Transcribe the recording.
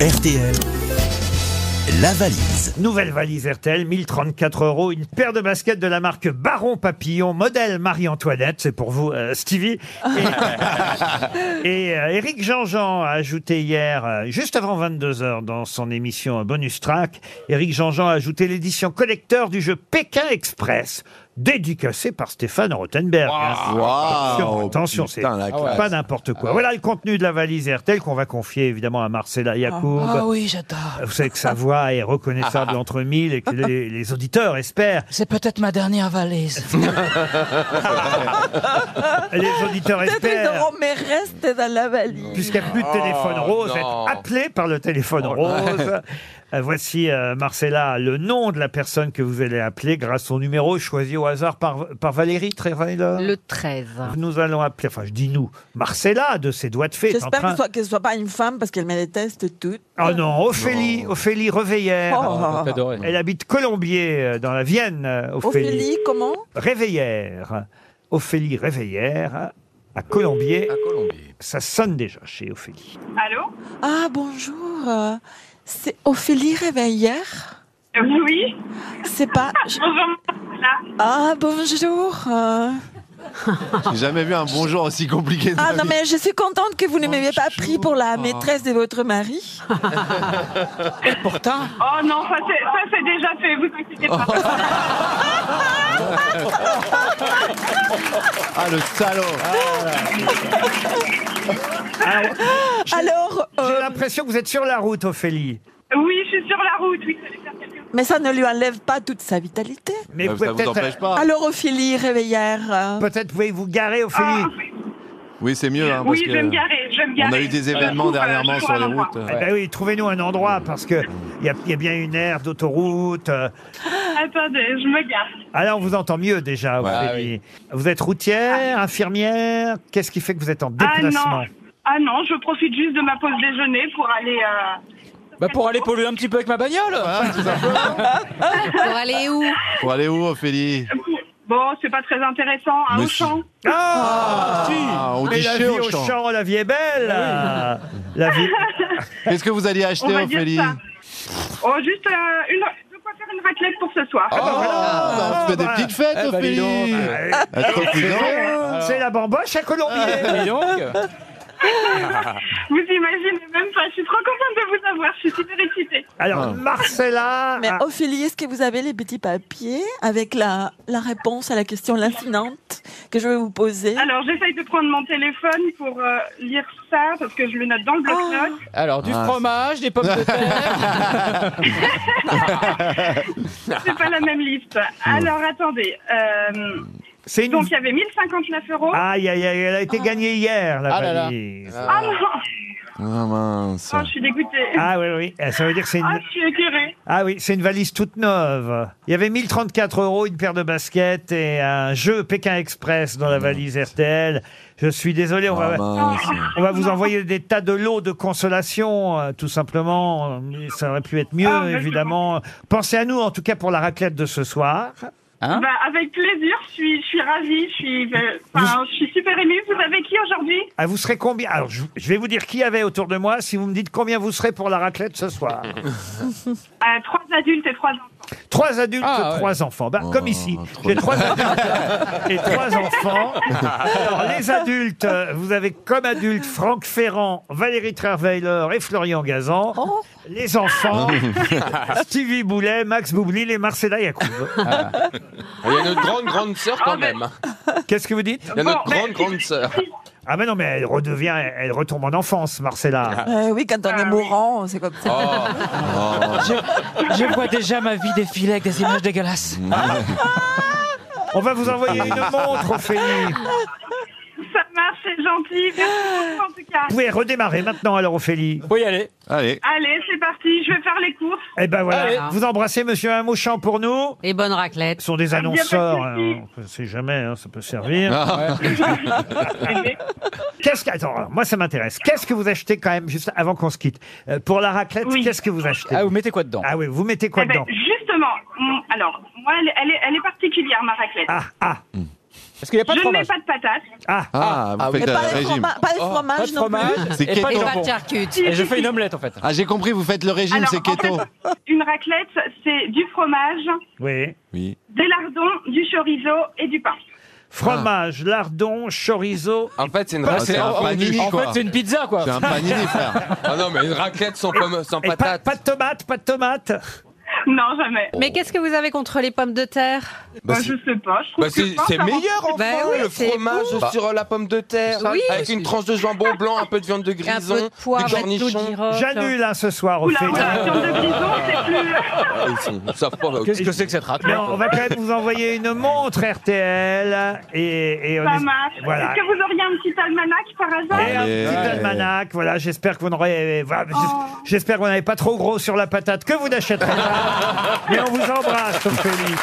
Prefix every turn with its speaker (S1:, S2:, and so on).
S1: RTL, la valise.
S2: Nouvelle valise RTL, 1034 euros, une paire de baskets de la marque Baron Papillon, modèle Marie-Antoinette, c'est pour vous euh, Stevie. Et, et, euh, Eric Jean-Jean a ajouté hier, euh, juste avant 22h dans son émission Bonus Track, Eric Jean-Jean a ajouté l'édition collecteur du jeu Pékin Express, dédicacé par Stéphane Rothenberg. hein. Attention, attention, c'est
S3: Oh, putain, la classe.
S2: pas n'importe quoi. Voilà le contenu de la valise RTL qu'on va confier évidemment à Marcella Yacoub.
S4: Bah.
S5: Ah oui, j'adore.
S2: Vous savez que sa voix est reconnaissable entre mille et que les, les auditeurs espèrent,
S5: C'est peut-être ma dernière valise.
S2: Ah, les auditeurs
S6: Peut-être
S2: espèrent,
S6: auront mes restes dans la valise.
S2: puisqu'il n'y a plus de téléphone rose, être appelé par le téléphone rose. Euh, Voici, euh, Marcella, le nom de la personne que vous allez appeler grâce au numéro choisi au hasard par, par Valérie Tréveil.
S7: Le 13.
S2: Nous allons appeler, enfin je dis nous, Marcella de ses doigts de fée. est en train-
S6: J'espère qu'elle soit- qu'elle soit pas une femme parce qu'elle me déteste toutes.
S2: Oh non, Ophélie, Ophélie Reveillère.
S6: Oh.
S2: Elle habite Colombier, euh, dans la Vienne, euh, Ophélie.
S6: Ophélie, comment
S2: Réveillère. Ophélie Réveillère, à Colombier. Ça sonne déjà chez Ophélie.
S8: Allô
S6: Ah bonjour. euh, C'est Ophélie Réveillère
S8: Euh, Oui
S6: C'est pas. je-
S8: Bonjour, Marcella.
S6: Ah bonjour. euh.
S3: J'ai jamais vu un bonjour aussi compliqué. de
S6: Ah
S3: ma
S6: non
S3: vie.
S6: mais je suis contente que vous ne m'ayez pas pris pour la maîtresse de votre mari.
S5: Pourtant,
S8: Oh non, ça c'est ça, c'est déjà fait, vous inquiétez pas.
S3: Ah le salaud Ah,
S6: Alors,
S2: J'ai
S6: euh,
S2: l'impression que vous êtes sur la route, Ophélie.
S8: Oui, je suis sur la route, oui, ça allait faire quelque chose.
S6: mais ça ne lui enlève pas toute sa vitalité.
S2: Mais
S3: Ça
S2: vous pouvez
S3: vous empêche
S2: peut-être
S3: pas
S6: Alors Ophélie Réveillère. euh,
S2: peut-être pouvez-vous garer, Ophélie.
S8: Ah,
S3: Oui c'est mieux hein, parce
S8: oui,
S3: que
S8: je vais me garer, je vais me garer.
S3: on a eu des événements
S8: Voilà,
S3: dernièrement
S8: je
S3: sur
S8: trouve
S3: les
S8: un endroit.
S3: routes.
S2: Eh ben oui, trouvez-nous un endroit parce que il y, a- il y a bien une aire d'autoroute. euh.
S8: Attendez, je me gare.
S2: Ah là, on vous entend mieux déjà,
S3: Ouais. Ah,
S2: Ophélie. Vous êtes routière, infirmière. Qu'est-ce qui fait que vous êtes en
S8: Ah
S2: déplacement
S8: non, ah non, je profite juste de ma pause déjeuner pour aller... euh,
S4: Bah pour aller polluer un petit peu avec ma bagnole
S7: Pour aller où
S3: Pour aller où Ophélie
S8: pour- Bon, c'est pas très intéressant, à
S3: Mais
S8: Auchan.
S2: Ah,
S3: Ah, on
S2: Mais
S3: dit
S2: la
S3: chez
S2: vie au
S3: Auchan.
S2: champ, la vie est belle.
S3: Ah,
S2: euh. La vie.
S3: Qu'est-ce que vous alliez
S8: On
S3: acheter
S8: va dire
S3: Ophélie
S8: ça. Oh, juste euh, une... de quoi faire une raclette pour ce soir.
S3: Oh, bah, on se fait des
S2: bah.
S3: petites fêtes
S4: Eh bah, dis
S3: Ophélie
S4: donc.
S3: Ah, trop prudent. Ah,
S2: C'est la bamboche à Colombier.
S4: Dis donc
S8: Vous imaginez même pas, je suis trop contente de vous avoir, je suis super excitée.
S2: Alors, Marcella. ah,
S6: Mais
S2: a-
S8: oh.
S6: Ophélie, est-ce que vous avez les petits papiers avec la, la réponse à la question lancinante que je vais vous poser
S8: Alors, j'essaye de prendre mon téléphone pour euh, lire ça, parce que je le note dans le bloc-notes.
S4: Alors du
S3: Ah,
S4: fromage, des pommes de terre
S8: C'est pas la même liste. Alors, attendez. euh,
S2: C'est une.
S8: donc, il y avait 1059 euros.
S2: Aïe, aïe, aïe, elle a été gagnée hier, la
S4: Ah là là.
S2: valise.
S8: Ah non
S3: Ah mince.
S8: Oh, Je suis dégoûtée. Ah,
S2: Ah oui, oui, euh, ça veut dire que c'est une...
S8: je suis écœurée.
S2: Ah oui, c'est une valise toute neuve. Il y avait 1034 euros, une paire de baskets et un jeu Pékin Express dans la valise RTL. Je suis désolé, on
S3: Ah
S2: va,
S3: mince.
S2: on va vous envoyer des tas de lots de consolation, euh, tout simplement. Mais Ça aurait pu être mieux,
S8: Ah, mais je
S2: évidemment. Pensez à nous, en tout cas, pour la raclette de ce soir.
S4: Hein
S8: bah, avec plaisir, je suis, je suis ravie. Je suis, euh, enfin, je suis super émue. Vous avez qui aujourd'hui
S2: Ah, vous serez combien Alors, je, je vais vous dire qui y avait autour de moi si vous me dites combien vous serez pour la raclette ce soir.
S8: Euh, Trois adultes et trois enfants.
S2: Trois adultes,
S4: Ah, ouais.
S2: trois enfants. Bah,
S3: Oh,
S2: comme ici.
S3: trop
S2: J'ai
S3: bien.
S2: trois adultes et trois enfants. Alors, les adultes, euh, vous avez comme adultes Franck Ferrand, Valérie Traveiller et Florian Gazan. Les enfants, Stevie Boulet, Max Boublil et Marcella Yacoub.
S9: Il y a notre grande, grande sœur quand même.
S2: Qu'est-ce que vous dites
S9: Il y a notre
S8: Bon, ben,
S9: grande, grande sœur.
S2: Ah, mais non, mais elle redevient, elle retombe en enfance, Marcella.
S6: Euh, Oui, quand on
S8: Ah
S6: est
S8: oui.
S6: mourant, c'est comme ça.
S9: Oh,
S4: Je vois déjà ma vie défiler avec des images dégueulasses
S2: On va vous envoyer une montre, Ophélie.
S8: Ça marche, c'est gentil. Merci beaucoup, en tout cas.
S2: Vous pouvez redémarrer maintenant, alors, Ophélie.
S4: Faut y aller
S3: Allez.
S8: Allez, c'est parti. Je vais faire les courses.
S2: Eh ben voilà.
S4: Allez.
S2: Vous embrassez Monsieur Amouchamp pour nous.
S7: Et bonne raclette.
S2: Ce sont des
S8: Ah, bien,
S2: annonceurs.
S8: pas de
S2: hein,
S8: souci.
S2: on ne sait jamais, hein, ça peut servir.
S8: Allez.
S2: Qu'est-ce que. Attends, alors, moi ça m'intéresse. Qu'est-ce que vous achetez quand même, juste avant qu'on se quitte Euh, Pour la raclette,
S8: Oui.
S2: qu'est-ce que vous achetez
S4: Ah vous mettez quoi dedans
S2: Ah oui, vous mettez quoi
S8: Eh ben,
S2: dedans
S8: justement, mm, alors, moi, elle, elle est, elle est particulière, ma raclette.
S2: Ah, ah
S10: Parce qu'il n'y a pas de
S8: Je ne mets
S10: fromage.
S8: pas de patates.
S2: Ah,
S3: Ah,
S10: Ah,
S3: vous
S10: oui.
S3: faites
S10: Mais
S3: un
S6: Pas de,
S3: régime.
S6: froma- Oh, pas de fromage non plus.
S3: C'est
S10: et pas de
S3: keto.
S7: Et pas de
S10: jambon.
S7: charcutes.
S10: Et je fais une omelette en fait.
S3: Ah, j'ai compris, vous faites le régime,
S8: Alors,
S3: c'est
S8: en
S3: keto.
S8: fait, une raclette, c'est du fromage,
S2: oui.
S3: Oui.
S8: des lardons, du chorizo et du pain.
S2: Fromage, lardon, chorizo.
S9: En fait, c'est une
S3: Ah, c'est
S9: raclette.
S3: un
S9: Oh,
S3: panini,
S10: En fait,
S3: quoi.
S10: c'est une pizza quoi.
S3: C'est un panini, frère.
S9: Ah non, mais une raclette sans, pomme, sans
S2: Et pas,
S9: patate.
S2: pas de tomates, pas de tomates.
S8: Non, jamais.
S7: Mais qu'est-ce que vous avez contre les pommes de terre
S9: Bah,
S8: Bah,
S9: c'est-
S8: je sais pas. Je trouve
S9: Bah,
S8: que
S9: c'est
S8: pain,
S9: c'est
S8: ça rend-
S9: meilleur enfin
S7: Bah oui,
S9: le
S7: c'est
S9: fromage sur euh, la pomme de terre
S7: Oui.
S9: avec une tranche de jambon blanc, un peu de viande de
S7: Un
S9: grison,
S7: peu de poivre,
S9: du
S7: un peu de
S9: cornichon.
S7: girofle.
S2: J'annule hein, ce soir au
S8: Oh, Oula,
S2: fait.
S8: on a la viande de bison, c'est plus.
S9: Ah, ils, sont, ils savent pas. ok.
S10: Qu'est-ce que c'est que cette
S2: Mais
S10: raclette
S2: on
S10: quoi
S2: va quand même vous envoyer une montre RTL et, et on
S8: Ça
S2: es-
S8: marche.
S2: voilà.
S8: Est-ce que vous auriez un petit almanach par hasard
S2: Et un
S3: Allez.
S2: petit almanach, voilà, j'espère que vous n'aurez, voilà, j'es- j'espère que vous n'avez pas trop gros sur la patate, que vous n'achèterez pas. Mais on vous embrasse, Ophélie.